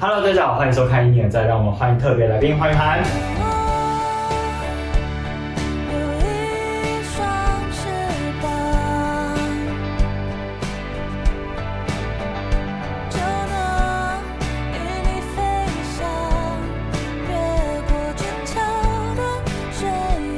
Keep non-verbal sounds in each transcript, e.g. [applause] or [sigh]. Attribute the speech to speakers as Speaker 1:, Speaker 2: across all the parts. Speaker 1: Hello，大家好，欢迎收看《一年再》，让我们欢迎特别来宾，欢迎韩。
Speaker 2: 有一双翅膀，就能与你飞翔，越过争吵的悬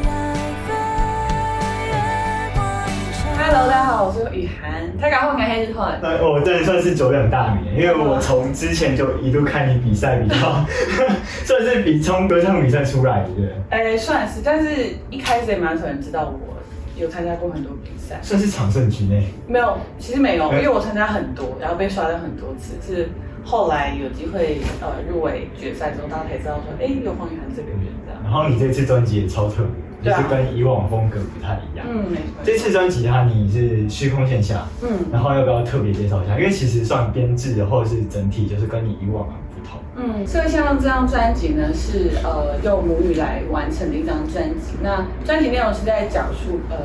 Speaker 2: 崖和月光映衬。
Speaker 3: Hello，大家好，我是雨涵，大家好，我是黑日团。
Speaker 1: 那呃我真的算是久仰大名，因为我从之前就一路看你比赛比到， [laughs] 算是比从歌唱比赛出来的，对不对
Speaker 3: 哎、算是，但是一开始也蛮少人知道我有参加过很多比赛，
Speaker 1: 算是场胜局内。
Speaker 3: 没有，其实没有，
Speaker 1: 哎
Speaker 3: 因为我参加很多，然后被刷掉很多次，是后来有机会呃入围决赛之后，大家才知道说，哎、有黄雨涵这个人这样。
Speaker 1: 然后你这次专辑也超特别，
Speaker 3: 对
Speaker 1: 就
Speaker 3: 啊
Speaker 1: 是跟以往风格不太一样。
Speaker 3: 嗯，没错。
Speaker 1: 这次专辑它你是虚空线下，
Speaker 3: 嗯
Speaker 1: 然后要不要特别介绍一下？因为其实算编制或者是整体，就是跟你以往很不同。
Speaker 3: 嗯，所以像这张专辑呢，是呃用母语来完成的一张专辑。那专辑内容是在讲述呃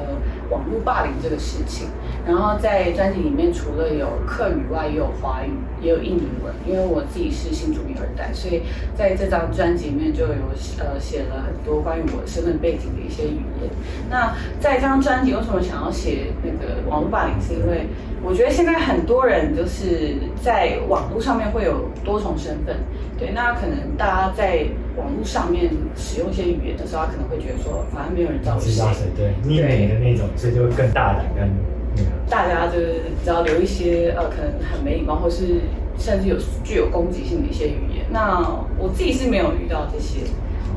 Speaker 3: 网络霸凌这个事情。然后在专辑里面，除了有客语外，也有华语，也有印尼文。因为我自己是新竹民二代，所以在这张专辑里面就有呃写了很多关于我身份背景的一些语言。那在这张专辑为什么想要写那个网络霸凌？是因为我觉得现在很多人就是在网络上面会有多重身份，对，那可能大家在网络上面使用一些语言的时候，他可能会觉得说，反正没有人知道我是
Speaker 1: 知
Speaker 3: 谁
Speaker 1: 道，谁对匿名的那种，所以就会更大胆跟那个。
Speaker 3: 大家就是只要留一些呃，可能很没礼貌，或是甚至有具有攻击性的一些语言。那我自己是没有遇到这些，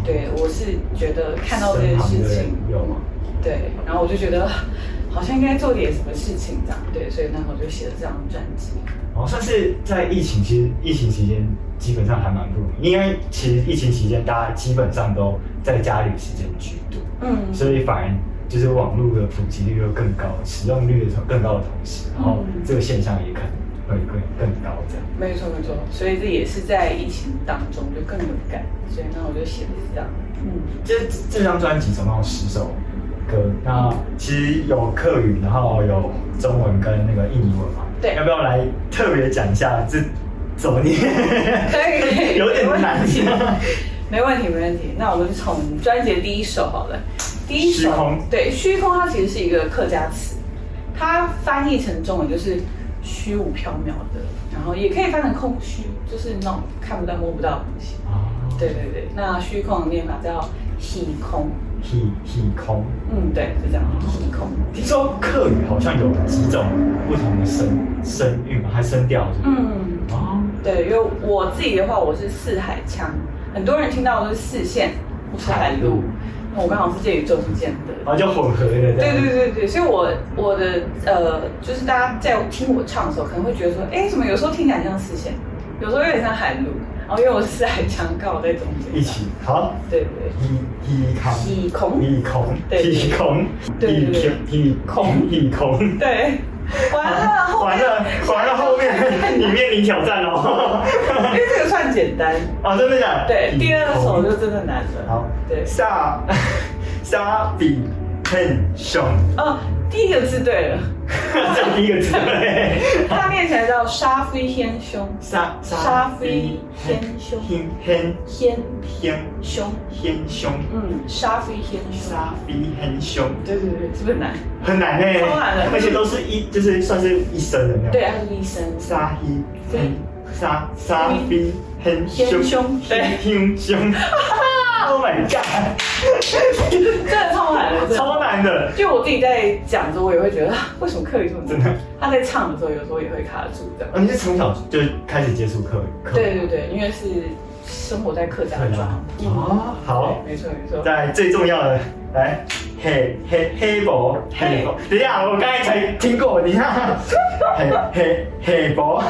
Speaker 3: 对我是觉得看到这件事
Speaker 1: 身
Speaker 3: 情
Speaker 1: 旁的人有吗？
Speaker 3: 对，然后我就觉得好像应该做点什么事情这样，对，所以那时候就写了这张专辑。
Speaker 1: 哦，算是在疫情，其实疫情期间基本上还蛮不容易，因为其实疫情期间大家基本上都在家里时间居多，
Speaker 3: 嗯
Speaker 1: 所以反而就是网络的普及率又更高，使用率的更高的同时，然后
Speaker 3: 嗯
Speaker 1: 这个现象也可能会更更高这样。
Speaker 3: 没错没错，所以这也是在疫情当中就更有感，所以那我就写了这样。嗯，
Speaker 1: 这这张专辑总共有十首歌，那其实有客语，然后有中文跟那个印尼文嘛。
Speaker 3: 对
Speaker 1: 要不要来特别讲一下这怎么念？ [laughs]
Speaker 3: 可以可以，
Speaker 1: 有点难。
Speaker 3: 没问题，没问题。那我们从专辑的第一首好了。第一首，
Speaker 1: 虚空
Speaker 3: 对，虚空它其实是一个客家词，它翻译成中文就是虚无缥缈的，然后也可以翻成空虚，就是那种看不到、摸不到的东西。
Speaker 1: 哦
Speaker 3: [laughs] 对对对，那虚空的念法叫虚空，
Speaker 1: 体体空。
Speaker 3: 嗯，对，就这样，虚空。
Speaker 1: 听说客语好像有几种不同的声声韵嘛，还声调是不是？
Speaker 3: 嗯，
Speaker 1: 哦，
Speaker 3: 对，因为我自己的话，我是四海腔，很多人听到的是四线或是海
Speaker 1: 海哦陆
Speaker 3: 陆，那我刚好是介于中间的。
Speaker 1: 然后就混合了这样。
Speaker 3: 对对对对，所以我我的呃，就是大家在听我唱的时候，可能会觉得说，哎，怎么有时候听起来像四线，有时候有点像海陆，然后因为我是四海腔，刚好在中间。
Speaker 1: 一起好。
Speaker 3: 对。对对，
Speaker 1: 体体空。
Speaker 3: 体空
Speaker 1: 体空。
Speaker 3: 对
Speaker 1: 体空。
Speaker 3: 对对对
Speaker 1: 体空。体空。 [laughs]
Speaker 3: 对，完了，后
Speaker 1: 完
Speaker 3: 面
Speaker 1: 了，完了，后面你面临挑战哦。 [laughs]
Speaker 3: 因为这个算简单。
Speaker 1: 啊，真的假的？
Speaker 3: 对，第二首就真的难了。
Speaker 1: 好，[laughs]
Speaker 3: 对，
Speaker 1: 萨萨比很凶， [laughs]
Speaker 3: 哦，第一个字对了， [laughs]
Speaker 1: 这第一个字对。
Speaker 3: 它念起来叫沙飞天兄，
Speaker 1: 沙
Speaker 3: 沙飞天凶
Speaker 1: 天天
Speaker 3: 天
Speaker 1: 天
Speaker 3: 兄，
Speaker 1: 天凶，
Speaker 3: 嗯，沙飞天兄。
Speaker 1: 沙比很凶，
Speaker 3: 对对对，是不是很难？
Speaker 1: 很难呢，
Speaker 3: 超难的
Speaker 1: 而且都是一就是算是一生的那种。
Speaker 3: 对，他是医生。
Speaker 1: 沙伊很沙沙比很
Speaker 3: 很
Speaker 1: 凶
Speaker 3: 凶，对
Speaker 1: 很凶。Oh my god，
Speaker 3: 真的超难的，真的。
Speaker 1: 超难的。
Speaker 3: 就我自己在讲的时候，我也会觉得啊为什么课语这么
Speaker 1: 真的
Speaker 3: 难？他在唱的时候，有时候也会卡住的。
Speaker 1: 啊，你是从小就开始接触课课？
Speaker 3: 对对对，因为是生活在客家
Speaker 1: 客家
Speaker 3: 庄。
Speaker 1: 哦好
Speaker 3: 对没错没错。
Speaker 1: 在最重要的来。黑黑黑博黑博，等一下，我刚才才听过，你看，黑黑黑博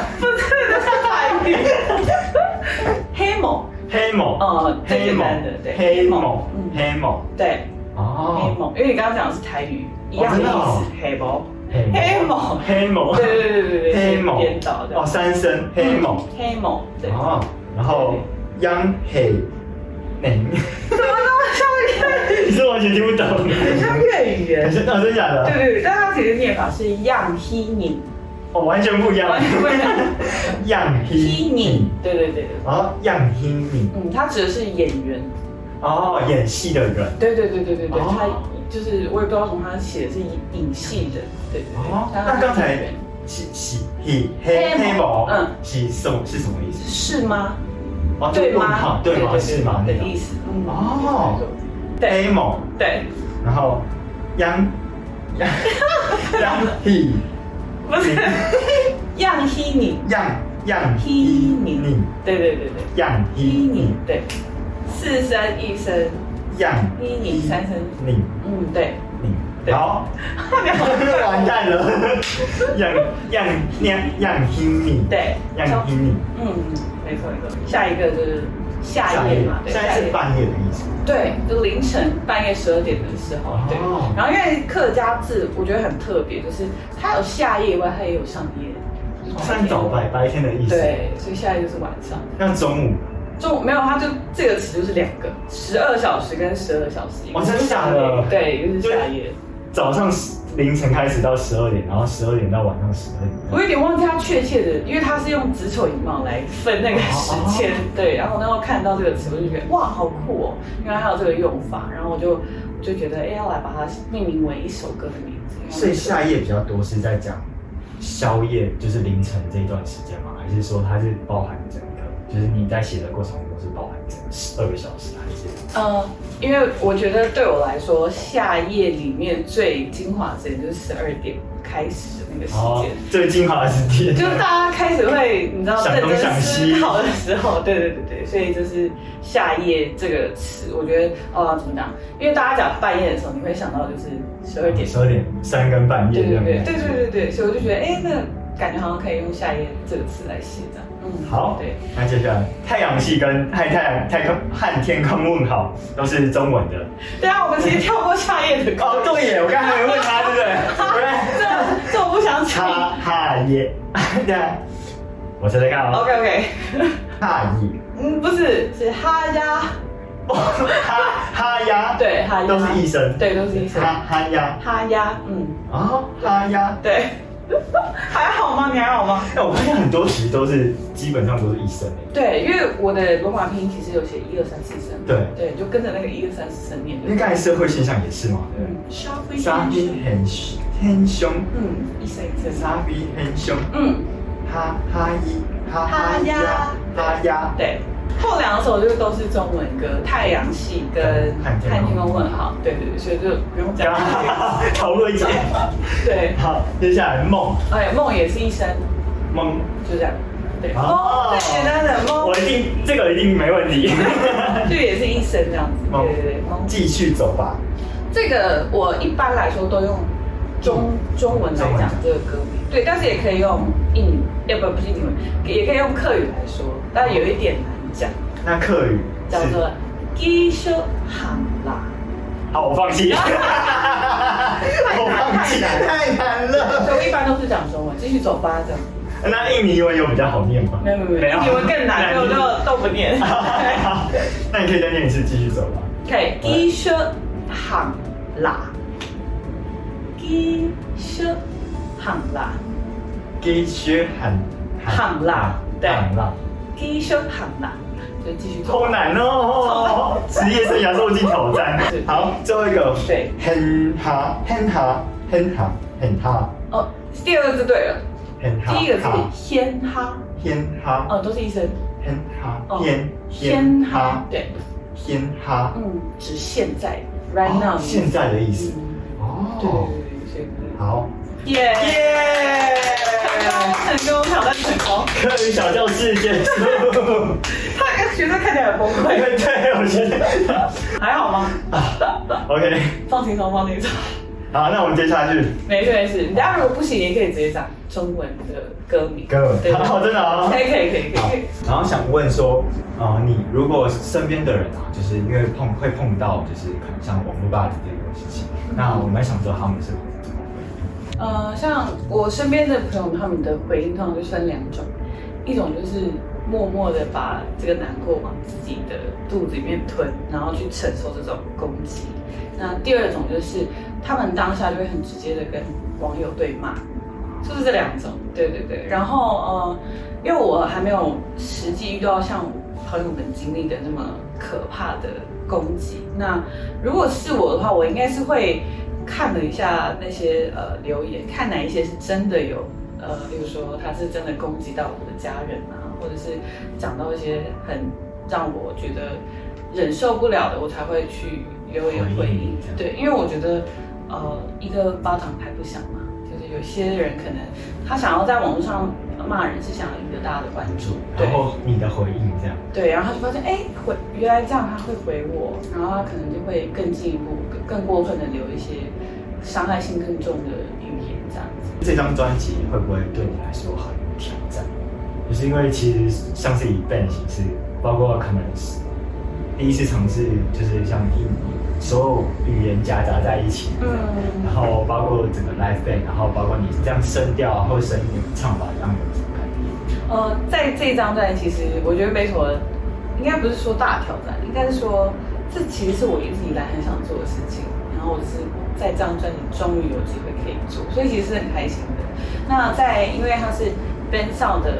Speaker 3: 黑某，
Speaker 1: 黑某，
Speaker 3: 哦最
Speaker 1: 黑
Speaker 3: 简
Speaker 1: 某
Speaker 3: 单的对
Speaker 1: 黑某
Speaker 3: 嗯
Speaker 1: 黑某，
Speaker 3: 对，黑
Speaker 1: 哦，
Speaker 3: 某，因为你刚刚讲的是台语一样的意
Speaker 1: 真的哦
Speaker 3: 思，黑某。
Speaker 1: 黑
Speaker 3: 黑某
Speaker 1: 黑某，
Speaker 3: 对对对对对，
Speaker 1: 黑某
Speaker 3: 颠倒的
Speaker 1: 哦，。三声黑某，
Speaker 3: 嗯，黑某，对。
Speaker 1: 哦，然后央黑
Speaker 3: [laughs]
Speaker 1: 宁，
Speaker 3: 怎么那么像粤语？
Speaker 1: 你是完全听不懂，
Speaker 3: [laughs] 很像粤语
Speaker 1: 还
Speaker 3: 耶。
Speaker 1: 是啊，真的假的？
Speaker 3: 对对对，但它其实念法是样希宁。
Speaker 1: 哦，完全不一样
Speaker 3: 完全不一样，
Speaker 1: 样
Speaker 3: 批
Speaker 1: 批
Speaker 3: 你
Speaker 1: 你，，
Speaker 3: [laughs] 对对对对，
Speaker 1: 哦，样批你，
Speaker 3: 嗯，他指的是演员，
Speaker 1: 哦，演戏的人，
Speaker 3: 对对对对对对，
Speaker 1: 哦
Speaker 3: 他就是我也不知道从他写的是影戏的，对对对，
Speaker 1: 哦，
Speaker 3: 但他
Speaker 1: 那
Speaker 3: 是
Speaker 1: 刚才
Speaker 3: 演员
Speaker 1: 是是黑黑黑毛，嗯，
Speaker 3: 嗯
Speaker 1: 是什么是什么意思？
Speaker 3: 是吗？
Speaker 1: 哦，就问号对吗？是吗？
Speaker 3: 的
Speaker 1: 那
Speaker 3: 意
Speaker 1: 种
Speaker 3: 思，嗯，
Speaker 1: 哦，黑毛， [laughs]
Speaker 3: 对，
Speaker 1: 然后央 [laughs] 央央批
Speaker 3: 不是样希你，
Speaker 1: 样样
Speaker 3: 希
Speaker 1: 批
Speaker 3: 你
Speaker 1: 你，
Speaker 3: 对对对对，
Speaker 1: 样批
Speaker 3: 希你
Speaker 1: 你，
Speaker 3: 对，四声一声，
Speaker 1: 样
Speaker 3: 希你三声，
Speaker 1: 你
Speaker 3: 嗯，对，
Speaker 1: 你，
Speaker 3: 对
Speaker 1: 好， [laughs] 完蛋了，样样样样批你，
Speaker 3: 对，
Speaker 1: 样批你，
Speaker 3: 嗯，没错没错，下一个就是下夜嘛，对，
Speaker 1: 现在是半夜的意思，
Speaker 3: 对，就凌晨半夜十二点的时候，对。
Speaker 1: 哦
Speaker 3: 然后因为客家字我觉得很特别，就是它有下夜以外，它也有上夜，就是
Speaker 1: 算早白白天的意思，
Speaker 3: 哦对，所以下夜就是晚上。
Speaker 1: 那中午，
Speaker 3: 就没有，它就这个词就是两个，十二小时跟十二小时。一个
Speaker 1: 哦真的假的
Speaker 3: 对，一个是夏夜。
Speaker 1: 早上凌晨开始到十二点，然后十二点到晚上十二点，
Speaker 3: 我有点忘记它确切的，因为它是用子丑寅卯来分那个时
Speaker 1: 哦
Speaker 3: 间。对，然后我那时候看到这个词，我就觉得哇，好酷哦，原来还有这个用法。然后我就就觉得，哎，要来把它命名为一首歌的名字。
Speaker 1: 所以夏夜比较多是在讲宵夜，就是凌晨这一段时间吗？还是说它是包含整个，就是你在写的过程中是包含整个十二个小时，还是
Speaker 3: 呃，因为我觉得对我来说，夏夜里面最精华的时间就是十二点开始的那个时
Speaker 1: 哦
Speaker 3: 间。，
Speaker 1: 最精华的时间，
Speaker 3: [laughs] 就是大家开始会，你知道
Speaker 1: 想
Speaker 3: 认
Speaker 1: 东
Speaker 3: 真
Speaker 1: 想西
Speaker 3: 思考的时候，对对对对，所以就是“夏夜”这个词，我觉得啊、呃怎么讲？因为大家讲半夜的时候，你会想到就是十二点，
Speaker 1: 十二点三更半
Speaker 3: 对
Speaker 1: 夜这
Speaker 3: 对
Speaker 1: 样的
Speaker 3: 对对
Speaker 1: 感觉
Speaker 3: 对对对，所以我就觉得，哎，那感觉好像可以用“夏夜”这个词来写这样。嗯，
Speaker 1: 好
Speaker 3: 对，
Speaker 1: 那接下来太阳系跟太太太空和天空问好都是中文的。
Speaker 3: 对啊，我们直接跳过“夏夜”的
Speaker 1: 哦，
Speaker 3: 歌，
Speaker 1: 对耶，我刚才没问他，对不对？对。
Speaker 3: 这这我不想听。
Speaker 1: 哈哈耶，对啊，我猜猜看哦，
Speaker 3: OK OK，
Speaker 1: 哈耶，
Speaker 3: [laughs] 嗯，不是，是哈呀，
Speaker 1: 哦哈哈呀，
Speaker 3: 对哈呀，
Speaker 1: 都是一声，
Speaker 3: 对，都是医生。
Speaker 1: 哈哈呀，
Speaker 3: 哈呀，嗯，
Speaker 1: 哦哈呀，
Speaker 3: 对， [laughs] 还好吗？你还好吗？
Speaker 1: 哎，我发现很多其实都是基本上都是一声诶，
Speaker 3: 对，因为我的罗马拼音其实有写一二三四声，
Speaker 1: 对
Speaker 3: 对，就跟着那个一二三四声念
Speaker 1: 因为
Speaker 3: 就。
Speaker 1: 刚才社会现象也是嘛，对不
Speaker 3: 嗯
Speaker 1: 对？，
Speaker 3: 沙飞
Speaker 1: 傻逼很凶很凶，
Speaker 3: 嗯，一声一声
Speaker 1: 傻逼很凶，
Speaker 3: 嗯，
Speaker 1: 哈哈耶，哈哈呀，哈呀，
Speaker 3: 对。后两首就都是中文歌，《太阳系》跟
Speaker 1: 汉
Speaker 3: 《
Speaker 1: 天
Speaker 3: 汉
Speaker 1: 宫
Speaker 3: 天宫问好》，对对对，所以就不用讲 [laughs]
Speaker 1: 哈。哈哈 [laughs] 讨论一下。
Speaker 3: 对，
Speaker 1: 好，接下来梦
Speaker 3: 哎，梦也是一声，
Speaker 1: 梦，
Speaker 3: 就这样。对，
Speaker 1: 哦
Speaker 3: 梦最简单的梦
Speaker 1: 我，一定这个一定没问题。
Speaker 3: [laughs] 就也是一声这样子。
Speaker 1: 梦
Speaker 3: 对对对，梦。
Speaker 1: 继续走吧。
Speaker 3: 这个我一般来说都用中中文来讲这个歌名，对，但是也可以用印尼，也不不是印尼文，也可以用客语来说，但有一点难讲，
Speaker 1: 那客语是
Speaker 3: 叫做“鸡修喊啦
Speaker 1: 好，我放
Speaker 3: [laughs]
Speaker 1: 弃。我放弃，太难”，了。
Speaker 3: 所以我一般都是讲中文，继续走吧这样。
Speaker 1: 那印尼文有比较好念吗？
Speaker 3: 没有没有没
Speaker 1: 有
Speaker 3: 有，印尼文更难，所以我就都不 [laughs] 念。
Speaker 1: 好 [laughs] 那你可以再念一次，继续走吧。
Speaker 3: 可以，鸡修喊啦，鸡修喊啦，
Speaker 1: 给学喊
Speaker 3: 喊啦对
Speaker 1: 喊啦，
Speaker 3: 鸡修喊啦，就继续走吧。
Speaker 1: 好难哦！职业生涯受尽挑战
Speaker 3: 是。
Speaker 1: 好，最后一个，
Speaker 3: 对
Speaker 1: 很哈，很哈，很哈，很哈，
Speaker 3: 哦，第二个字对了，
Speaker 1: 很哈，
Speaker 3: 第一个字
Speaker 1: 哈
Speaker 3: 先哈，
Speaker 1: 天哈，
Speaker 3: 哦，都是一声。
Speaker 1: 天哈
Speaker 3: 哦，
Speaker 1: 天
Speaker 3: 先哈，，对，
Speaker 1: 天哈，
Speaker 3: 嗯，指现在，right
Speaker 1: 哦
Speaker 3: now，
Speaker 1: 现在的意思。
Speaker 3: 嗯对
Speaker 1: 哦，
Speaker 3: 对对对
Speaker 1: 好，
Speaker 3: 对，耶，
Speaker 1: 耶！
Speaker 3: 成功，挑战成功。
Speaker 1: 课余小教室
Speaker 3: [laughs]
Speaker 1: 结束。
Speaker 3: 他那个学生看起来很崩溃，
Speaker 1: 对，我觉得
Speaker 3: 还好吗？
Speaker 1: 啊，OK，
Speaker 3: 放轻松，放轻松，
Speaker 1: 好，那我们接下去
Speaker 3: 没事没事。你大家如果不行，也可以直接讲中文的歌名。
Speaker 1: 歌
Speaker 3: 对，哎
Speaker 1: 好，真的啊
Speaker 3: 可。以可以可以可以
Speaker 1: 好
Speaker 3: 可以。，
Speaker 1: 然后想问说，呃，你如果身边的人啊，就是因为碰会碰到，就是可能像网络霸凌这种事情，那我们想知道他们是怎么回应？
Speaker 3: 呃，像我身边的朋友，他们的回应通常就分两种，一种就是默默的把这个难过往自己的肚子里面吞，然后去承受这种攻击；那第二种就是他们当下就会很直接的跟网友对骂，就是这两种，对对对。然后呃，因为我还没有实际遇到像朋友们经历的那么可怕的攻击。那如果是我的话，我应该是会看了一下那些呃留言，看哪一些是真的有呃，例如说他是真的攻击到我的家人啊，或者是讲到一些很让我觉得忍受不了的，我才会去留言回
Speaker 1: 回应
Speaker 3: 应
Speaker 1: 这。样
Speaker 3: 对，因为我觉得呃，一个巴掌拍不响嘛。就是有些人可能他想要在网络上骂人，是想要赢得大家的关注，对
Speaker 1: 然后你的回应这样，
Speaker 3: 对，然后他就发现哎回原来这样他会回我，然后他可能就会更进一步、更更过分的留一些伤害性更重的语言这样子。
Speaker 1: 这张专辑会不会对你来说很有挑战？就是因为其实像是以 band 形式，包括可能是第一次尝试，就是像一所有语言夹杂在一起，
Speaker 3: 嗯
Speaker 1: 然后包括整个 live band，然后包括你这样声调啊或者声音的唱法，让你有什么感觉？
Speaker 3: 呃，在这一张专辑，其实我觉得没什么，应该不是说大挑战，应该是说这其实是我一直以来很想做的事情，然后我只是在这张专辑终于有机会可以做，所以其实是很开心的。那在因为它是 Ben 上的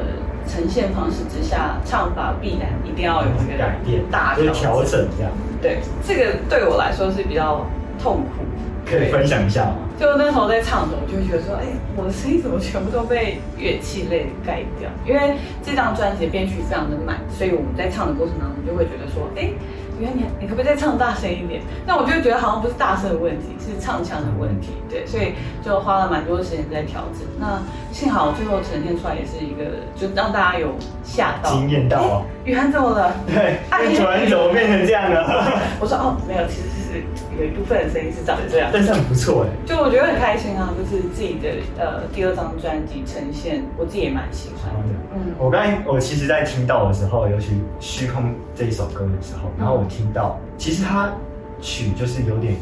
Speaker 3: 呈现方式之下，唱法必然一定要有一个
Speaker 1: 改变，
Speaker 3: 大
Speaker 1: 就是
Speaker 3: 调
Speaker 1: 调
Speaker 3: 整。
Speaker 1: 整这样，
Speaker 3: 对，这个对我来说是比较痛苦。
Speaker 1: 可以分享一下吗？
Speaker 3: 就那时候在唱的时候，我就会觉得说，哎、我的声音怎么全部都被乐器类盖掉？因为这张专辑的编曲非常的慢，所以我们在唱的过程当中就会觉得说，哎、原来你你可不可以再唱大声一点？那我就觉得好像不是大声的问题，是唱腔的问题。
Speaker 1: 嗯
Speaker 3: 对，所以就花了蛮多时间在调整。那幸好最后呈现出来也是一个，就让大家有吓到，
Speaker 1: 惊艳到
Speaker 3: 哎
Speaker 1: 哦
Speaker 3: 雨涵怎么了？
Speaker 1: 对，那突然怎么变成这样了？
Speaker 3: 我说哦，没有，其实是有一部分的声音是长这样。
Speaker 1: 但是很不错哎、
Speaker 3: 就我觉得很开心啊，就是自己的呃第二张专辑呈现，我自己也蛮喜欢的。嗯，
Speaker 1: 我刚才我其实，在听到的时候，尤其《虚空》这一首歌的时候，然后我听到，其实它曲就是有点，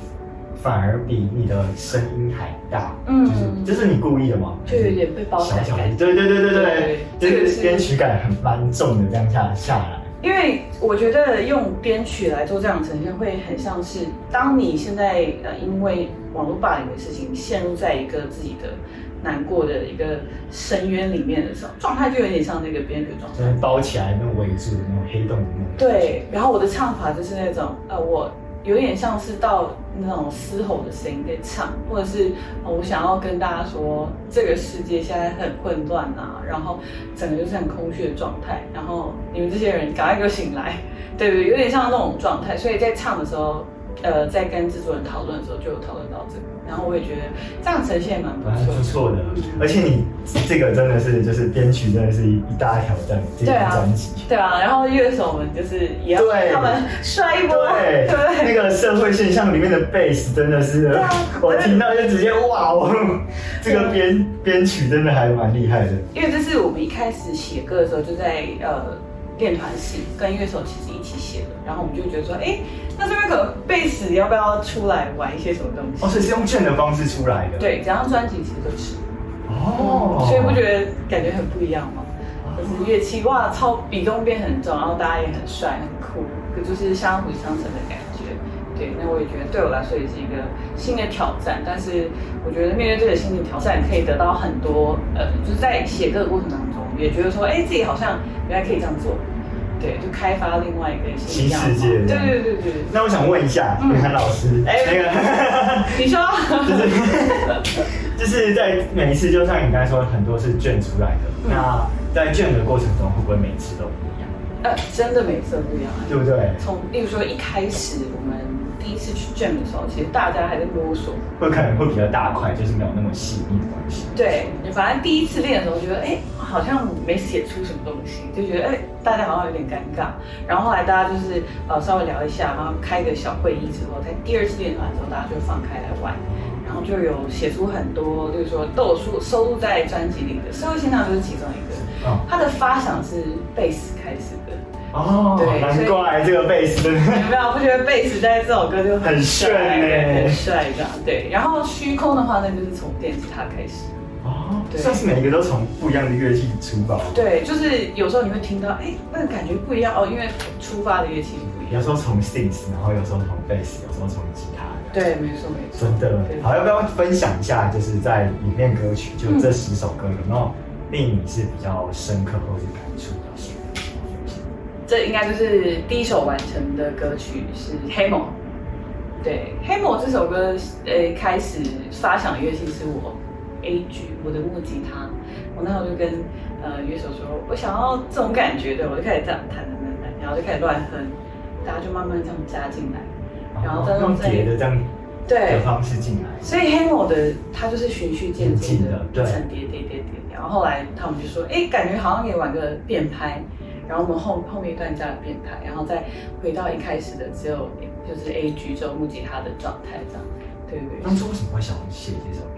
Speaker 1: 反而比你的声音还大，
Speaker 3: 嗯
Speaker 1: 就是这是你故意的吗？
Speaker 3: 就有点被包
Speaker 1: 小
Speaker 3: 起来
Speaker 1: 小
Speaker 3: 感
Speaker 1: 的，
Speaker 3: 觉
Speaker 1: 对对对
Speaker 3: 对
Speaker 1: 对
Speaker 3: 这
Speaker 1: 对，
Speaker 3: 个
Speaker 1: 就是是编曲感很蛮重的，这样下下来，
Speaker 3: 因为我觉得用编曲来做这样的呈现，会很像是当你现在呃因为网络霸凌的事情陷入在一个自己的难过的一个深渊里面的时候，状态就有点像那个编曲状态。
Speaker 1: 就是包起来那种围住的那种黑洞的那种。
Speaker 3: 对，然后我的唱法就是那种，呃，我有点像是到那种嘶吼的声音在唱，或者是、呃我想要跟大家说，这个世界现在很混乱啊，然后整个就是很空虚的状态，然后你们这些人赶快给我醒来，对对，有点像那种状态，所以在唱的时候。呃，在跟制作人讨论的时候，就有讨论到这个，然后我也觉得这样呈现蛮不
Speaker 1: 蛮
Speaker 3: 错
Speaker 1: 不
Speaker 3: 的。
Speaker 1: 错的，而且你这个真的是就是编曲真的是一大挑战，这
Speaker 3: 对
Speaker 1: 张
Speaker 3: 啊
Speaker 1: 专辑。
Speaker 3: 对啊，然后乐手们就是也要
Speaker 1: 对
Speaker 3: 他们 [laughs] 摔一波，
Speaker 1: 对，
Speaker 3: 对不对？
Speaker 1: 那个社会现象里面的 bass 真的是
Speaker 3: 啊，
Speaker 1: [laughs] 我听到就直接哇哦，这个编编曲真的还蛮厉害的。
Speaker 3: 因为这是我们一开始写歌的时候就在呃练团戏，跟乐手其实一起写的，然后我们就觉得说，哎，那这边可能贝斯要不要出来玩一些什么东西？
Speaker 1: 哦，所以是用卷的方式出来的。，
Speaker 3: 对，整张专辑其实都是，
Speaker 1: 哦，
Speaker 3: 所以不觉得感觉很不一样吗？就是乐器哇，超比重变很重，然后大家也很帅很酷，可就是相辅相成的感觉。对，那我也觉得对我来说也是一个新的挑战，但是我觉得面对这个新的挑战，可以得到很多呃，就是在写歌的过程当中，也觉得说，哎，自己好像原来可以这样做，对，就开发另外一个新的样貌
Speaker 1: 新世界这
Speaker 3: 对
Speaker 1: 样
Speaker 3: 对对对
Speaker 1: [laughs]
Speaker 3: 对，
Speaker 1: 那我想问一下
Speaker 3: 嗯
Speaker 1: 雨涵老师，
Speaker 3: 哎
Speaker 1: 那个 [laughs]
Speaker 3: 你说，
Speaker 1: 就是在每一次，就像你刚才说，很多是卷出来的。
Speaker 3: 嗯
Speaker 1: 那在卷的过程中，会不会每次都不一样？
Speaker 3: 呃，真的每次都不一样。
Speaker 1: 对不对？
Speaker 3: 从，例如说一开始我们第一次去 jam 的时候，其实大家还在摸索，
Speaker 1: 会可能会比较大块，就是没有那么细腻的东西。
Speaker 3: 对，反正第一次练的时候觉得，哎、好像没写出什么东西，就觉得，哎、大家好像有点尴尬。然后后来大家就是呃稍微聊一下，然后开个小会议之后，在第二次练团的时候，大家就放开来玩，然后就有写出很多，就是说都有收收录在专辑里的《社会现象》就是其中一个。
Speaker 1: 嗯
Speaker 3: 它的发想是贝斯开始的，
Speaker 1: 哦
Speaker 3: 对所，以
Speaker 1: 难怪这个贝斯真的
Speaker 3: 有没有不觉得贝斯在这首歌就
Speaker 1: 很
Speaker 3: 帅，
Speaker 1: 炫欸
Speaker 3: 很帅这样？对，然后虚空的话，那就是从电吉他开始。
Speaker 1: 哦，
Speaker 3: 对
Speaker 1: 算是每一个都从不一样的乐器出发，
Speaker 3: 对，就是有时候你会听到，哎、那个感觉不一样哦，因为出发的乐器不一样。
Speaker 1: 有时候从 synth，然后有时候从 bass，有时候从吉他的。
Speaker 3: 对，没错没错
Speaker 1: 真，的
Speaker 3: 对，
Speaker 1: 好，要不要分享一下？就是在里面歌曲，就这十首歌，有没有令你是比较深刻或是感触比较深的地方？
Speaker 3: 这应该就是第一首完成的歌曲是《黑某》。对，《黑某》这首歌，呃，开始发想的乐器是我 A G 我的木吉他。我那时候就跟呃乐手说，我想要这种感觉的，我就开始这样弹弹弹弹，然后就开始乱哼，大家就慢慢这样加进来。然后再
Speaker 1: 哦用
Speaker 3: 用这
Speaker 1: 叠的这样
Speaker 3: 对
Speaker 1: 的，方式进来，
Speaker 3: 所以 Hamo 的它就是循序渐进
Speaker 1: 渐进的
Speaker 3: 的
Speaker 1: 对
Speaker 3: 层叠叠叠叠，然后后来他们就说，哎，感觉好像可以玩个变拍，然后我们后后面一段加了变拍，然后再回到一开始的只有就是 A G 只有木吉他的状态这样，对对对
Speaker 1: 当初为什么会想要写这首歌？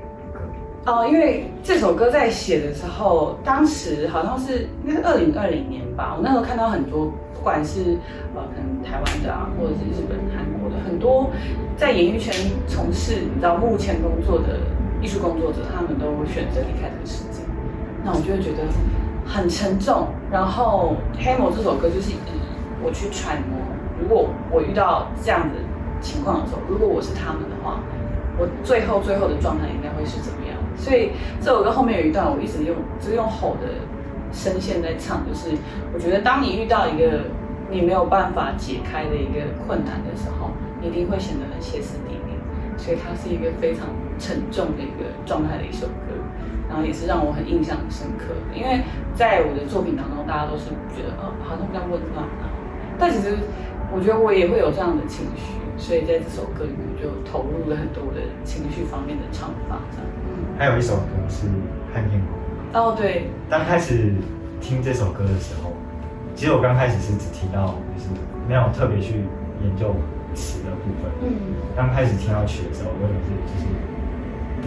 Speaker 3: 哦，因为这首歌在写的时候，当时好像是应该是二零二零年吧，我那时候看到很多，不管是呃可能台湾的啊，或者是日本、韩国的，很多在演艺圈从事你知道幕前工作的艺术工作者，他们都选择离开这个世界。那我就会觉得很沉重。然后《黑魔》这首歌就是以我去揣摩，如果我遇到这样的情况的时候，如果我是他们的话，我最后最后的状态应该会是怎么样？所以这首歌后面有一段，我一直用就是用吼的声线在唱，就是我觉得当你遇到一个你没有办法解开的一个困难的时候，你一定会显得很歇斯底里。所以它是一个非常沉重的一个状态的一首歌，然后也是让我很印象很深刻的。因为在我的作品当中，大家都是觉得，哦，好像比较温暖啊，但其实我觉得我也会有这样的情绪，所以在这首歌里面就投入了很多我的情绪方面的唱法，这样。嗯
Speaker 1: 还有一首歌是《汉燕国》。
Speaker 3: 哦，对，
Speaker 1: 刚开始听这首歌的时候，其实我刚开始是只提到，就是没有特别去研究词的部分。
Speaker 3: 嗯，
Speaker 1: 刚开始听到曲的时候，我也是就是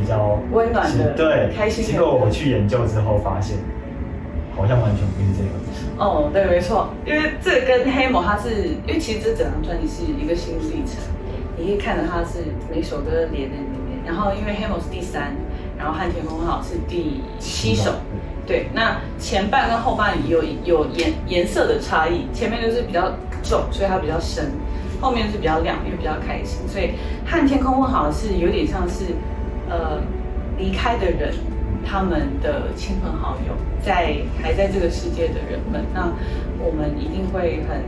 Speaker 1: 比较
Speaker 3: 温暖的
Speaker 1: 对，
Speaker 3: 开心的
Speaker 1: 结果我去研究之后，发现好像完全不是这个东西。
Speaker 3: 哦，对，没错，因为这跟黑魔它是，因为其实这整张专辑是一个心路历程，你可以看着它是每首歌连着连连，然后因为黑魔是第三，然后汉天风号是第七首，对，那前半跟后半有有颜颜色的差异，前面就是比较重，所以它比较深，后面是比较亮，因为比较开心，所以和天空问好是有点像是，呃，离开的人，他们的亲朋好友，在还在这个世界的人们，那我们一定会很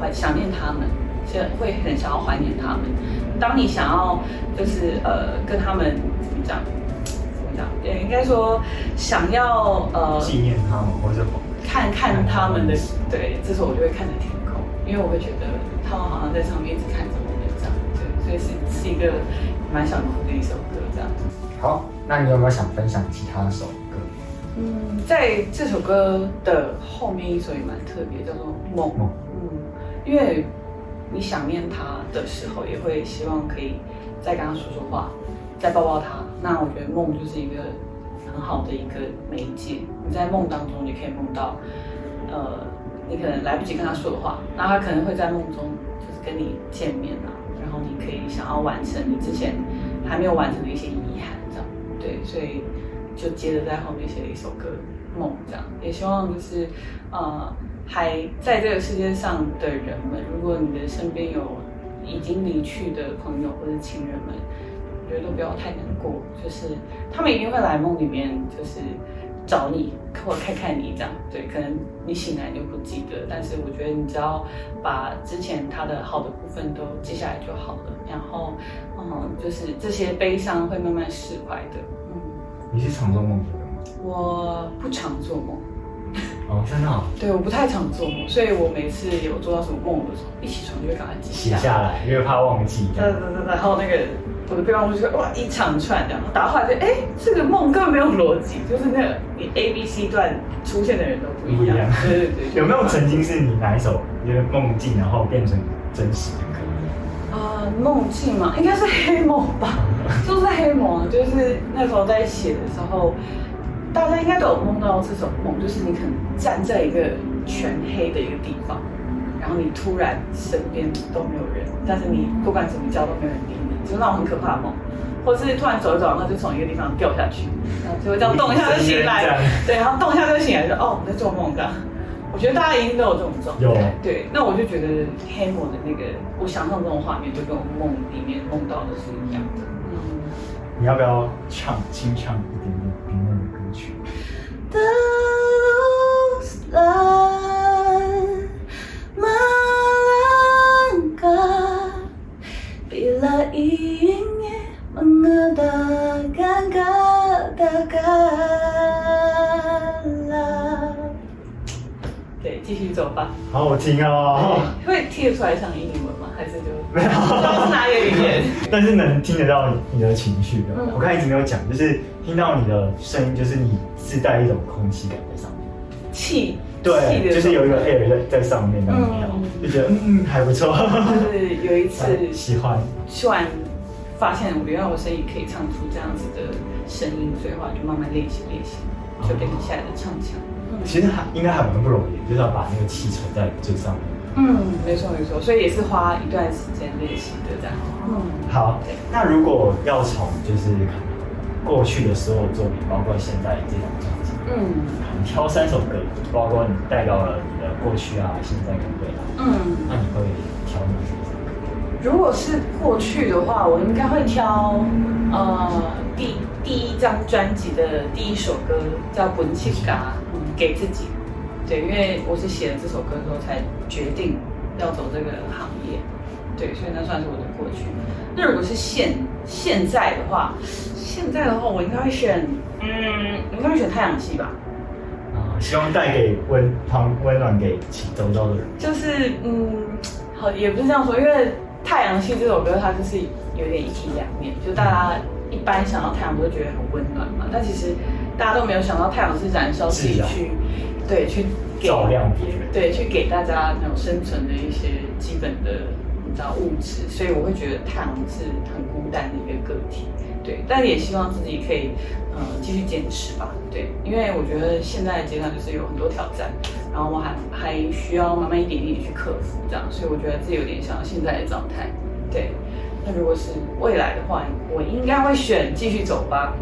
Speaker 3: 怀想念他们，就会很想要怀念他们。当你想要就是呃跟他们怎么讲，怎么讲，也应该说想要呃
Speaker 1: 纪念他们，或者
Speaker 3: 看看他们的，对，这时候我就会看着天空，因为我会觉得他们好像在上面一直看着我们这样，对，所以是是一个蛮想哭的一首歌这样。
Speaker 1: 好，那你有没有想分享其他首歌？
Speaker 3: 嗯，在这首歌的后面一首也蛮特别，叫做《梦》。
Speaker 1: 梦
Speaker 3: 嗯，因为你想念他的时候，也会希望可以再跟他说说话，再抱抱他。那我觉得梦就是一个很好的一个媒介，你在梦当中你可以梦到，呃，你可能来不及跟他说话，那他可能会在梦中就是跟你见面啊，然后你可以想要完成你之前还没有完成的一些遗憾，这样对，所以就接着在后面写了一首歌《梦》，这样也希望就是呃还在这个世界上的人们，如果你的身边有已经离去的朋友或者亲人们，我觉得都不要太难过，就是他们一定会来梦里面，就是找你或者看看你这样。对，可能你醒来你就不记得，但是我觉得你只要把之前他的好的部分都记下来就好了。然后，嗯，就是这些悲伤会慢慢释怀的。嗯，
Speaker 1: 你是常做梦的人吗？
Speaker 3: 我不常做梦。
Speaker 1: 哦，真的、哦，
Speaker 3: 对，我不太常做梦，所以我每次有做到什么梦，我一起床就会赶快记
Speaker 1: 写
Speaker 3: 下来。
Speaker 1: 下来，因为怕忘记。
Speaker 3: 对对对，然后那个我的备忘录就是哇一长串这样，打后来就哎这个梦根本没有逻辑，就是那个你 A B C 段出现的人都不
Speaker 1: 不
Speaker 3: 一样
Speaker 1: 一样，
Speaker 3: 对对
Speaker 1: [laughs]
Speaker 3: 对，
Speaker 1: 有没有曾经是你哪一首因为梦境，然后变成真实的歌？
Speaker 3: 呃梦境嘛，应该是黑梦吧， [laughs] 就是黑梦啊，就是那时候在写的时候，大家应该都有梦到这种梦，就是你可能站在一个全黑的一个地方，然后你突然身边都没有人，但是你不管怎么叫都没有人理你，就是那种很可怕的梦。或是突然走一走，然后就从一个地方掉下去，然后就会这样动一下就醒来，对，然后动一下就醒来，就哦我在做梦这样。我我觉得大家一定都有这种状态。
Speaker 1: 有
Speaker 3: 对，那我就觉得黑魔的那个，我想象中的画面就跟我梦里面梦到的是一样的。嗯。
Speaker 1: 你要不要唱清唱一点点冰冷的歌曲？
Speaker 2: Those lines melangkah bila ingin mengadakan kata-kata.
Speaker 3: 对，继续走吧。
Speaker 1: 好好听哦，
Speaker 3: 会贴出来像英文吗？还是就
Speaker 1: 没有
Speaker 3: 都是哪个语言？
Speaker 1: 但是能听得到你的情绪的。
Speaker 3: 嗯
Speaker 1: 我刚才一直没有讲，就是听到你的声音，就是你自带一种空气感在上面。
Speaker 3: 气，气
Speaker 1: 对，
Speaker 3: 的
Speaker 1: 就是有一个 air 在在上面，然后你
Speaker 3: 嗯
Speaker 1: 就觉得嗯还不错，
Speaker 3: [laughs] 就是有一次
Speaker 1: [laughs] 喜欢。
Speaker 3: 突然发现，我原来我声音可以唱出这样子的声音，所以后来就慢慢练习练习，就变成现在的唱腔。
Speaker 1: 其实还应该还蛮不容易，就是要把那个气沉在最上面。
Speaker 3: 嗯，没错没错，所以也是花一段时间练习的这样。嗯，
Speaker 1: 好，那如果要从就是可能过去的所有作品，包括现在这张专辑，
Speaker 3: 嗯
Speaker 1: 可能挑三首歌，包括你代表了你的过去啊、现在跟未来，
Speaker 3: 嗯，
Speaker 1: 那你会挑哪些首歌？
Speaker 3: 如果是过去的话，我应该会挑呃第第一张专辑的第一首歌叫《本气嘎》，给自己。对，因为我是写了这首歌之后才决定要走这个行业，对，所以那算是我的过去。那如果是现现在的话，现在的话我应该会选，嗯，我应该会选太阳系吧。
Speaker 1: 啊，希望带给温旁温暖给其周遭的人。
Speaker 3: 就是嗯，好，也不是这样说，因为《太阳系》这首歌它就是有点一体两面，就大家一般想到太阳都觉得很温暖嘛，但其实大家都没有想到太阳是燃烧自己
Speaker 1: 是啊
Speaker 3: 去，对，去给
Speaker 1: 照亮别人
Speaker 3: 对，去给大家那种生存的一些基本的你知道物质，所以我会觉得太阳是很孤单的一个个体。对，但也希望自己可以，呃，继续坚持吧。对，因为我觉得现在的阶段就是有很多挑战，然后我还还需要慢慢一点一点去克服，这样，所以我觉得自己有点像现在的状态。对，那如果是未来的话，我应该会选继续走吧，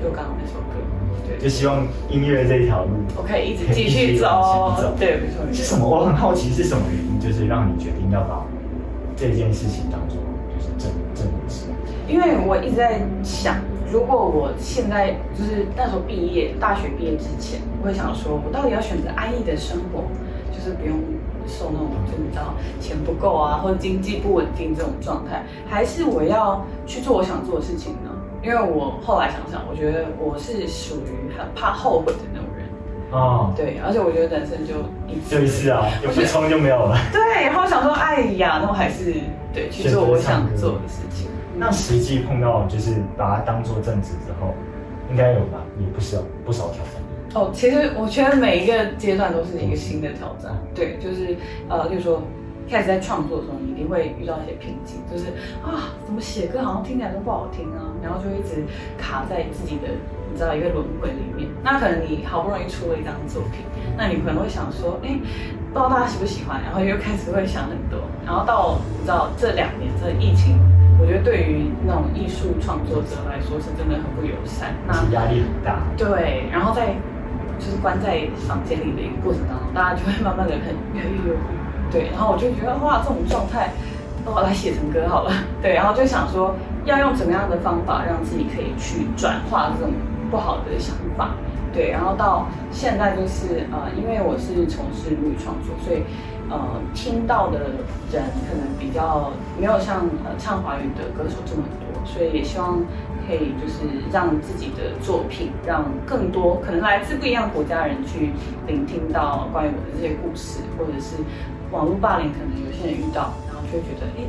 Speaker 3: 就刚刚那首歌。
Speaker 1: [laughs] 就
Speaker 3: 对，
Speaker 1: 希望音乐这一条路
Speaker 3: 我可以一直继续走哦
Speaker 1: 可以一直走。
Speaker 3: 对，没错，
Speaker 1: [laughs]
Speaker 3: 没
Speaker 1: 是
Speaker 3: 错。
Speaker 1: 什么？我很好奇是什么原因，就是让你决定要把这件事情当做就是正正事。
Speaker 3: 因为我一直在想，如果我现在就是那时候毕业，大学毕业之前，我会想说，我到底要选择安逸的生活，就是不用受那种就你知道钱不够啊，或者经济不稳定这种状态，还是我要去做我想做的事情呢？因为我后来想想，我觉得我是属于很怕后悔的那种人，
Speaker 1: 哦，
Speaker 3: 对，而且我觉得人生就一次
Speaker 1: 这一次啊，有不冲就没有了。
Speaker 3: 对，然后想说，哎呀，那我还是对去做我想做的事情。
Speaker 1: 那实际碰到就是把它当做正职之后，应该有吧？也不少不少挑战。
Speaker 3: 哦，其实我觉得每一个阶段都是一个新的挑战，对，就是呃，就是说开始在创作的时候，你一定会遇到一些瓶颈，就是啊，怎么写歌好像听起来都不好听啊，然后就一直卡在自己的你知道一个轮回里面。那可能你好不容易出了一张作品，那你可能会想说，哎，不知道大家喜不喜欢，然后又开始会想很多，然后到你知道这两年这疫情，我觉得对于那种艺术创作者来说是真的很不友善。那
Speaker 1: 是压力很大。
Speaker 3: 对，然后在就是关在房间里的一个过程当中，大家就会慢慢的很越来越忧郁。对，然后我就觉得哇，这种状态，那我来写成歌好了。 [laughs] 对，然后就想说要用怎么样的方法让自己可以去转化这种不好的想法。对，然后到现在就是呃，因为我是从事母语创作，所以呃，听到的人可能比较没有像呃唱华语的歌手这么多，所以也希望可以就是让自己的作品让更多可能来自不一样国家的人去聆听到关于我的这些故事，或者是网络霸凌，可能有些人遇到，然后就会觉得诶，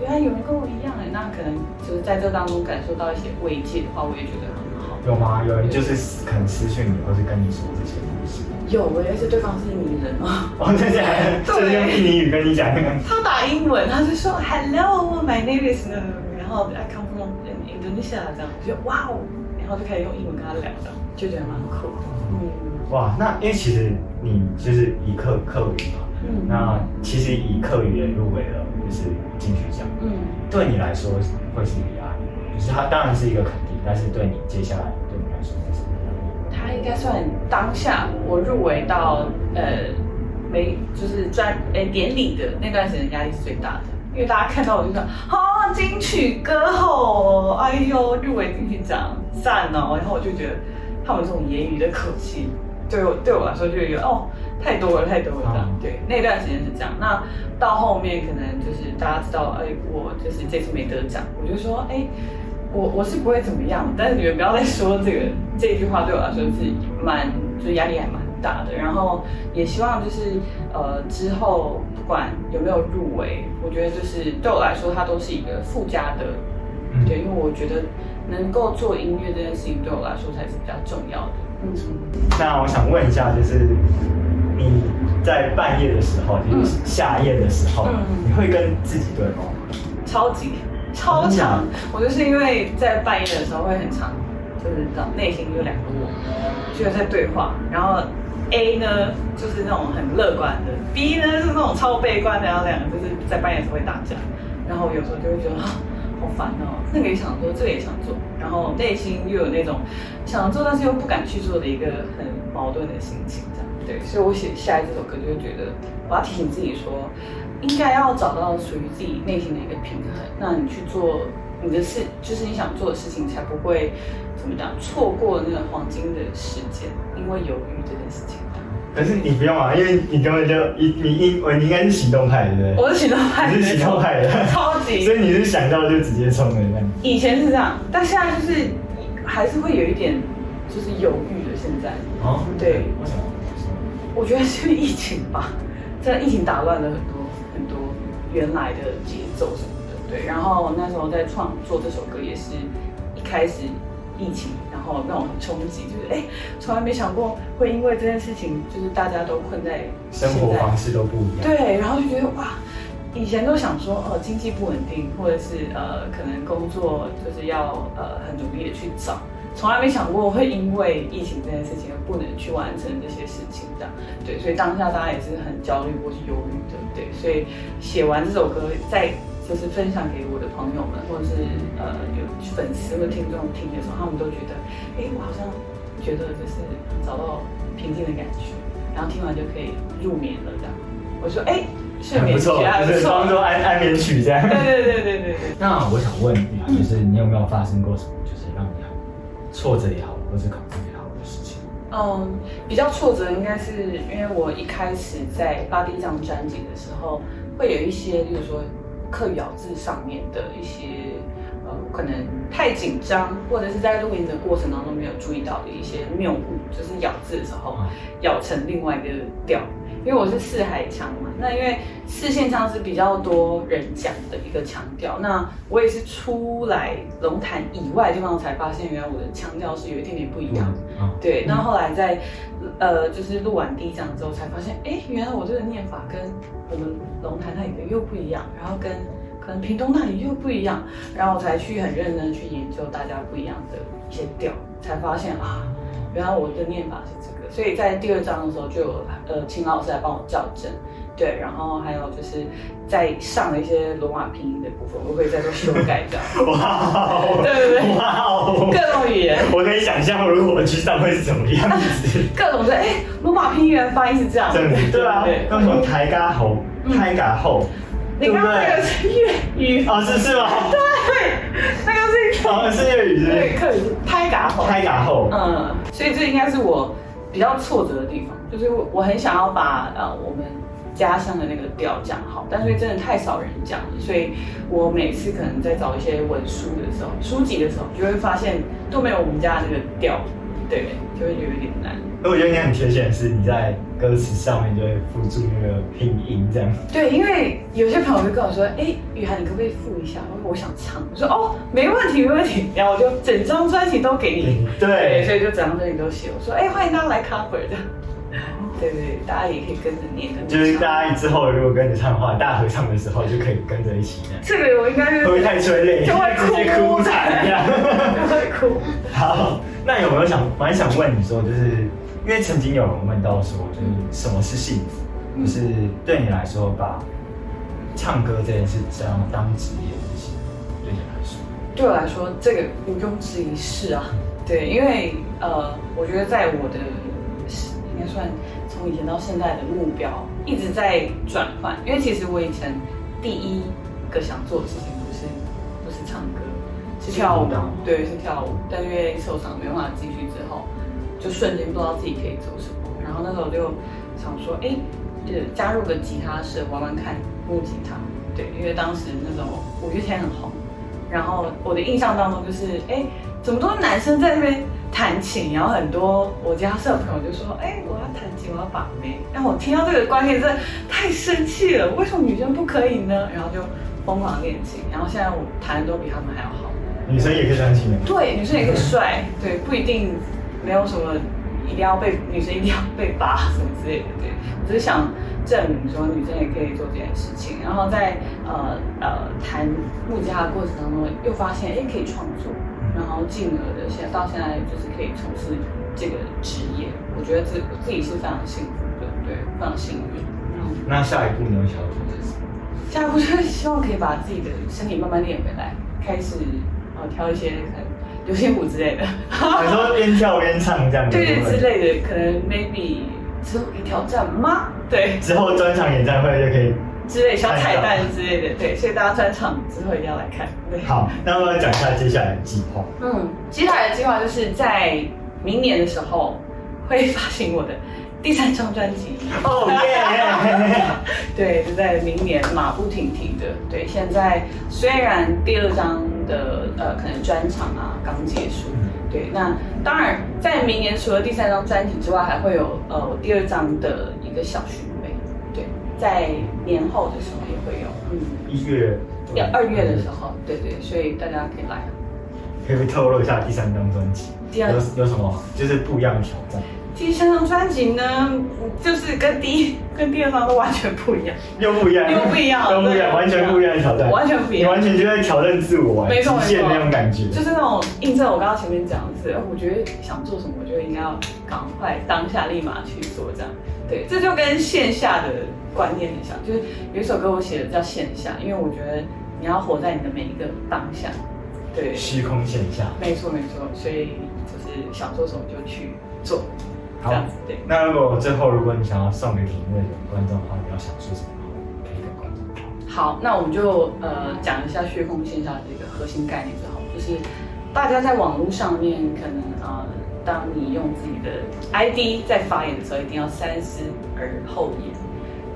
Speaker 3: 原来有人跟我一样哎，那可能就是在这当中感受到一些慰藉的话，我也觉得很好。
Speaker 1: 有吗？有人就是可能私讯你，或是跟你说这些故事。 [laughs]
Speaker 3: 有哎，而且对方是迷人哦。 [laughs]
Speaker 1: 哦，真的假的？
Speaker 3: 对
Speaker 1: 就是用印尼语跟你讲那个。
Speaker 3: 他打英文，他就说 Hello, my name is 呢，然后 I come from Indonesia 这样，我就哇哦，然后就开始用英文跟他聊的，就觉得蛮酷。嗯
Speaker 1: 哇，那因为其实你就是以课课语嘛，
Speaker 3: 嗯
Speaker 1: 那其实以课语也入围了，就是金曲奖。
Speaker 3: 嗯，
Speaker 1: 对你来说会是一个压力，就是它当然是一个肯定，但是对你接下来对你来说会是一个压力。
Speaker 3: 他应该算当下我入围到呃没就是专诶典礼的那段时间压力是最大的，因为大家看到我就说啊金曲歌后，哎呦入围金曲奖赞哦，然后我就觉得他们这种言语的口气，对我对我来说就有哦太多了太多了这样
Speaker 1: 嗯，
Speaker 3: 对那段时间是这样。那到后面可能就是大家知道，哎我就是这次没得奖，我就说哎。我我是不会怎么样，但是你们不要再说这个 [laughs] 这句话对我来说是蛮，就是压力还蛮大的。然后也希望就是呃之后不管有没有入围，我觉得就是对我来说它都是一个附加的，
Speaker 1: 嗯
Speaker 3: 对，因为我觉得能够做音乐这件事情对我来说才是比较重要的。嗯，
Speaker 1: 那我想问一下，就是你在半夜的时候，就是夏夜的时候，
Speaker 3: 嗯
Speaker 1: 你会跟自己对话吗？
Speaker 3: 超级超
Speaker 1: 真的
Speaker 3: 强
Speaker 1: 啊，
Speaker 3: 我就是因为在半夜的时候会很长，就是脑内心有两个我，就在对话，然后 A 呢就是那种很乐观的，B 呢是那种超悲观的，然后两个就是在半夜的时候会打架，然后我有时候就会觉得 [gasps] 啊好烦哦，那个也想做，这个也想做，然后 [laughs] 内心又有那种想做但是又不敢去做的一个很矛盾的心情，这样对，所以我写下一这首歌就会觉得我要提醒自己说，应该要找到属于自己内心的一个平衡，那你去做你的事，就是你想做的事情，才不会怎么讲错过那个黄金的时间，因为犹豫这件事情。
Speaker 1: 可是你不用啊，因为你根本就你你应你应该是行动派的，对不对？
Speaker 3: 我是行动派的，
Speaker 1: 你是行动派的
Speaker 3: 超级
Speaker 1: 所以你是想到就直接冲的那样。
Speaker 3: 以前是这样，但现在就是还是会有一点就是犹豫的。现在
Speaker 1: 哦，
Speaker 3: 对
Speaker 1: 为什么？
Speaker 3: 我觉得是因为疫情吧， [laughs] 真的疫情打乱了很多很多原来的节奏什么的。对，然后那时候在创作这首歌也是一开始疫情，然后让我很冲击，就是哎，从来没想过会因为这件事情，就是大家都困在
Speaker 1: 生
Speaker 3: 现
Speaker 1: 活
Speaker 3: 在
Speaker 1: 方式都不一样。
Speaker 3: 对，然后就觉得哇，以前都想说哦，经济不稳定，或者是呃，可能工作就是要呃很努力的去找，从来没想过会因为疫情这件事情而不能去完成这些事情这样。对，所以当下大家也是很焦虑或是忧郁的，对，所以写完这首歌再。就是分享给我的朋友们，或者是呃有粉丝或听众听的时候，他们都觉得，哎，我好像觉得就是找到平静的感觉，然后听完就可以入眠了这样。我说，哎，睡
Speaker 1: 很
Speaker 3: 眠
Speaker 1: 不错，
Speaker 3: 觉还
Speaker 1: 就
Speaker 3: 不
Speaker 1: 是
Speaker 3: 错
Speaker 1: 当。做安安眠曲这样
Speaker 3: 对。 [laughs] 对对对对对。
Speaker 1: 那我想问你啊，就是你有没有发生过什么，就是让你很挫折也好，或是恐惧也好的事情？
Speaker 3: 嗯，比较挫折应该是因为我一开始在发第一张专辑的时候，会有一些，例如说课语咬字上面的一些，呃，可能太紧张，或者是在录音的过程当中没有注意到的一些谬误，就是咬字的时候
Speaker 1: 嗯
Speaker 3: 咬成另外一个调。因为我是四海腔嘛，那因为四线腔是比较多人讲的一个腔调，那我也是出来龙潭以外地方才发现，原来我的腔调是有一点点不一样。
Speaker 1: 嗯，
Speaker 3: 对，那后来在呃，就是录完第一章之后，才发现，哎，原来我这个念法跟我们龙潭那里的又不一样，然后跟可能屏东那里又不一样，然后我才去很认真地去研究大家不一样的一些调，才发现啊，原来我的念法是这个，所以在第二章的时候就有呃，秦老师来帮我校正。对，然后还有就是在上的一些罗马拼音的部分，我会再做修改
Speaker 1: [laughs]
Speaker 3: 这样。
Speaker 1: 哇哦，
Speaker 3: [laughs] 对对对
Speaker 1: 哇哦，
Speaker 3: 各种语言，
Speaker 1: 我可以想象如果我去上会是什么样子。
Speaker 3: 各种说，哎，罗马拼音原来发音是这样。
Speaker 1: 真的对啊，那什么抬嘎喉、抬嘎后，
Speaker 3: 嗯你
Speaker 1: 对
Speaker 3: 刚
Speaker 1: 不
Speaker 3: 刚那个
Speaker 1: 对？
Speaker 3: 是粤语，
Speaker 1: 哦，是是吗？
Speaker 3: 那个是
Speaker 1: 好像是粤语是不
Speaker 3: 对，
Speaker 1: 是
Speaker 3: 可以拍打吼。
Speaker 1: 抬嘎后，
Speaker 3: 嗯，所以这应该是我比较挫折的地方，就是我我很想要把呃我们家乡的那个调讲好，但是真的太少人讲了，所以我每次可能在找一些文书的时候、书籍的时候，就会发现都没有我们家的那个调，对，就会觉得有点难。
Speaker 1: 那我觉得你很贴切的是你在歌词上面就会附注那个拼音这样。
Speaker 3: 对，因为有些朋友就跟我说：“哎，雨涵，你可不可以附一下？我我想唱。”我说：“哦，没问题，没问题。”然后我就整张专辑都给你。对，所
Speaker 1: 对，
Speaker 3: 以就整张专辑都写。我说：“哎，欢迎大家来 cover 的。”对对对，大家也可以跟着念，跟着
Speaker 1: 就是
Speaker 3: 唱
Speaker 1: 大家之后如果跟着唱的话，大合唱的时候就可以跟着一起这样。
Speaker 3: 这个我应该
Speaker 1: 会
Speaker 3: 是
Speaker 1: 不会太催泪？
Speaker 3: 就会哭
Speaker 1: 直接哭惨这样。
Speaker 3: 就会哭。 [laughs]
Speaker 1: 好，那有没有想蛮想问你说，就是因为曾经有人问到说，就是什么是幸福？
Speaker 3: 嗯
Speaker 1: 就是对你来说，把唱歌这件事当当职业的幸福，对你来说，
Speaker 3: 对我来说，这个毋庸置疑是啊，对，因为呃，我觉得在我的应该算从以前到现在的目标，一直在转换，因为其实我以前第一个想做的事情不是不是唱歌，是跳舞
Speaker 1: 是舞蹈，
Speaker 3: 对，是跳舞。但因为受伤没办法继续之后，就瞬间不知道自己可以做什么。然后那时候就想说，哎、呃，加入个吉他社玩玩看木吉他，对，因为当时那种五月天很红，然后我的印象当中就是，哎、怎么都是男生在那边弹琴，然后很多我家社朋友就说，哎、我要弹琴，我要把妹。但我听到这个观念真的太生气了，为什么女生不可以呢？然后就疯狂练琴，然后现在我弹的都比他们还要好。
Speaker 1: 女生也可以弹琴的吗？
Speaker 3: 对，女生也可以帅，对，不一定没有什么一定要被女生一定要被霸什么之类的，对，只是想证明说女生也可以做这件事情。然后在呃呃弹木吉他的过程当中，又发现哎可以创作，然后进而的现在到现在就是可以从事这个职业，我觉得自我自己是非常幸福的，对，非常幸运。然后
Speaker 1: 那下一步你会想要做些什么？
Speaker 3: 下一步就是希望可以把自己的身体慢慢练回来，开始呃挑一些可能流行舞之类的。
Speaker 1: 你说边跳边唱这样子，
Speaker 3: 对
Speaker 1: 会不会
Speaker 3: 之类的，可能 maybe 之后可以挑战吗？对，
Speaker 1: 之后专场演唱会就可以。
Speaker 3: 之类小彩蛋之类的，对，所以大家专场之后一定要来看。对，，
Speaker 1: 好，那我们讲一下接下来的计划。
Speaker 3: 嗯，接下来的计划就是在明年的时候会发行我的第三张专辑。
Speaker 1: 哦耶！
Speaker 3: 对，就在明年马不停蹄的。对，现在虽然第二张的呃可能专场啊刚结束，对，那当然在明年除了第三张专辑之外，还会有呃我第二张的一个小巡回，对，在年后的时候也会有，嗯，
Speaker 1: [laughs] 一月，
Speaker 3: 要二月的时候，对对，所以大家可以来。
Speaker 1: 可以透露一下第三张专辑
Speaker 3: 第
Speaker 1: 有
Speaker 3: 二
Speaker 1: 有什么就是不一样的挑战？
Speaker 3: 第三张专辑呢，嗯就是跟第一跟第二张都完全不一样，
Speaker 1: 又不一样，
Speaker 3: 又不一样
Speaker 1: 又不一样，
Speaker 3: 对
Speaker 1: 完全不一样的挑战，
Speaker 3: 完全不一样
Speaker 1: 你完全就在挑战自我，啊
Speaker 3: 没错
Speaker 1: 极限那种感觉。
Speaker 3: 就是那种印证我刚刚前面讲的是，呃我觉得想做什么，我就应该要赶快当下立马去做这样。对，这就跟线下的观念很像，就是有一首歌我写的叫线下，因为我觉得你要活在你的每一个当下。对，
Speaker 1: 虚空线下。
Speaker 3: 没错没错，所以就是想做什么就去做，这
Speaker 1: 好
Speaker 3: 样子对。
Speaker 1: 那如果最后如果你想要送给评论的观众的话，你要想说什么话可以跟观众说？
Speaker 3: 好，那我们就呃讲一下虚空线下的一个核心概念就好，就是大家在网络上面可能呃，当你用自己的 ID 在发言的时候，一定要三思而后言。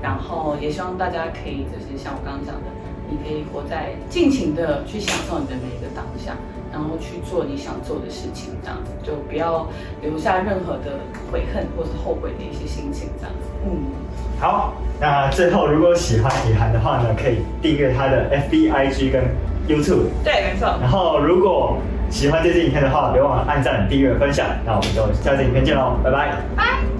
Speaker 3: 然后也希望大家可以就是像我刚刚讲的，你可以活在尽情的去享受你的每一个当下，然后去做你想做的事情，这样子就不要留下任何的悔恨或是后悔的一些心情，这样子。嗯。
Speaker 1: 好，那最后如果喜欢以涵的话呢，可以订阅他的 FB、IG 跟 YouTube。
Speaker 3: 对，没错。
Speaker 1: 然后如果喜欢这支影片的话，别忘了按赞、订阅、分享。那我们就下次影片见喽，拜拜。
Speaker 3: 拜。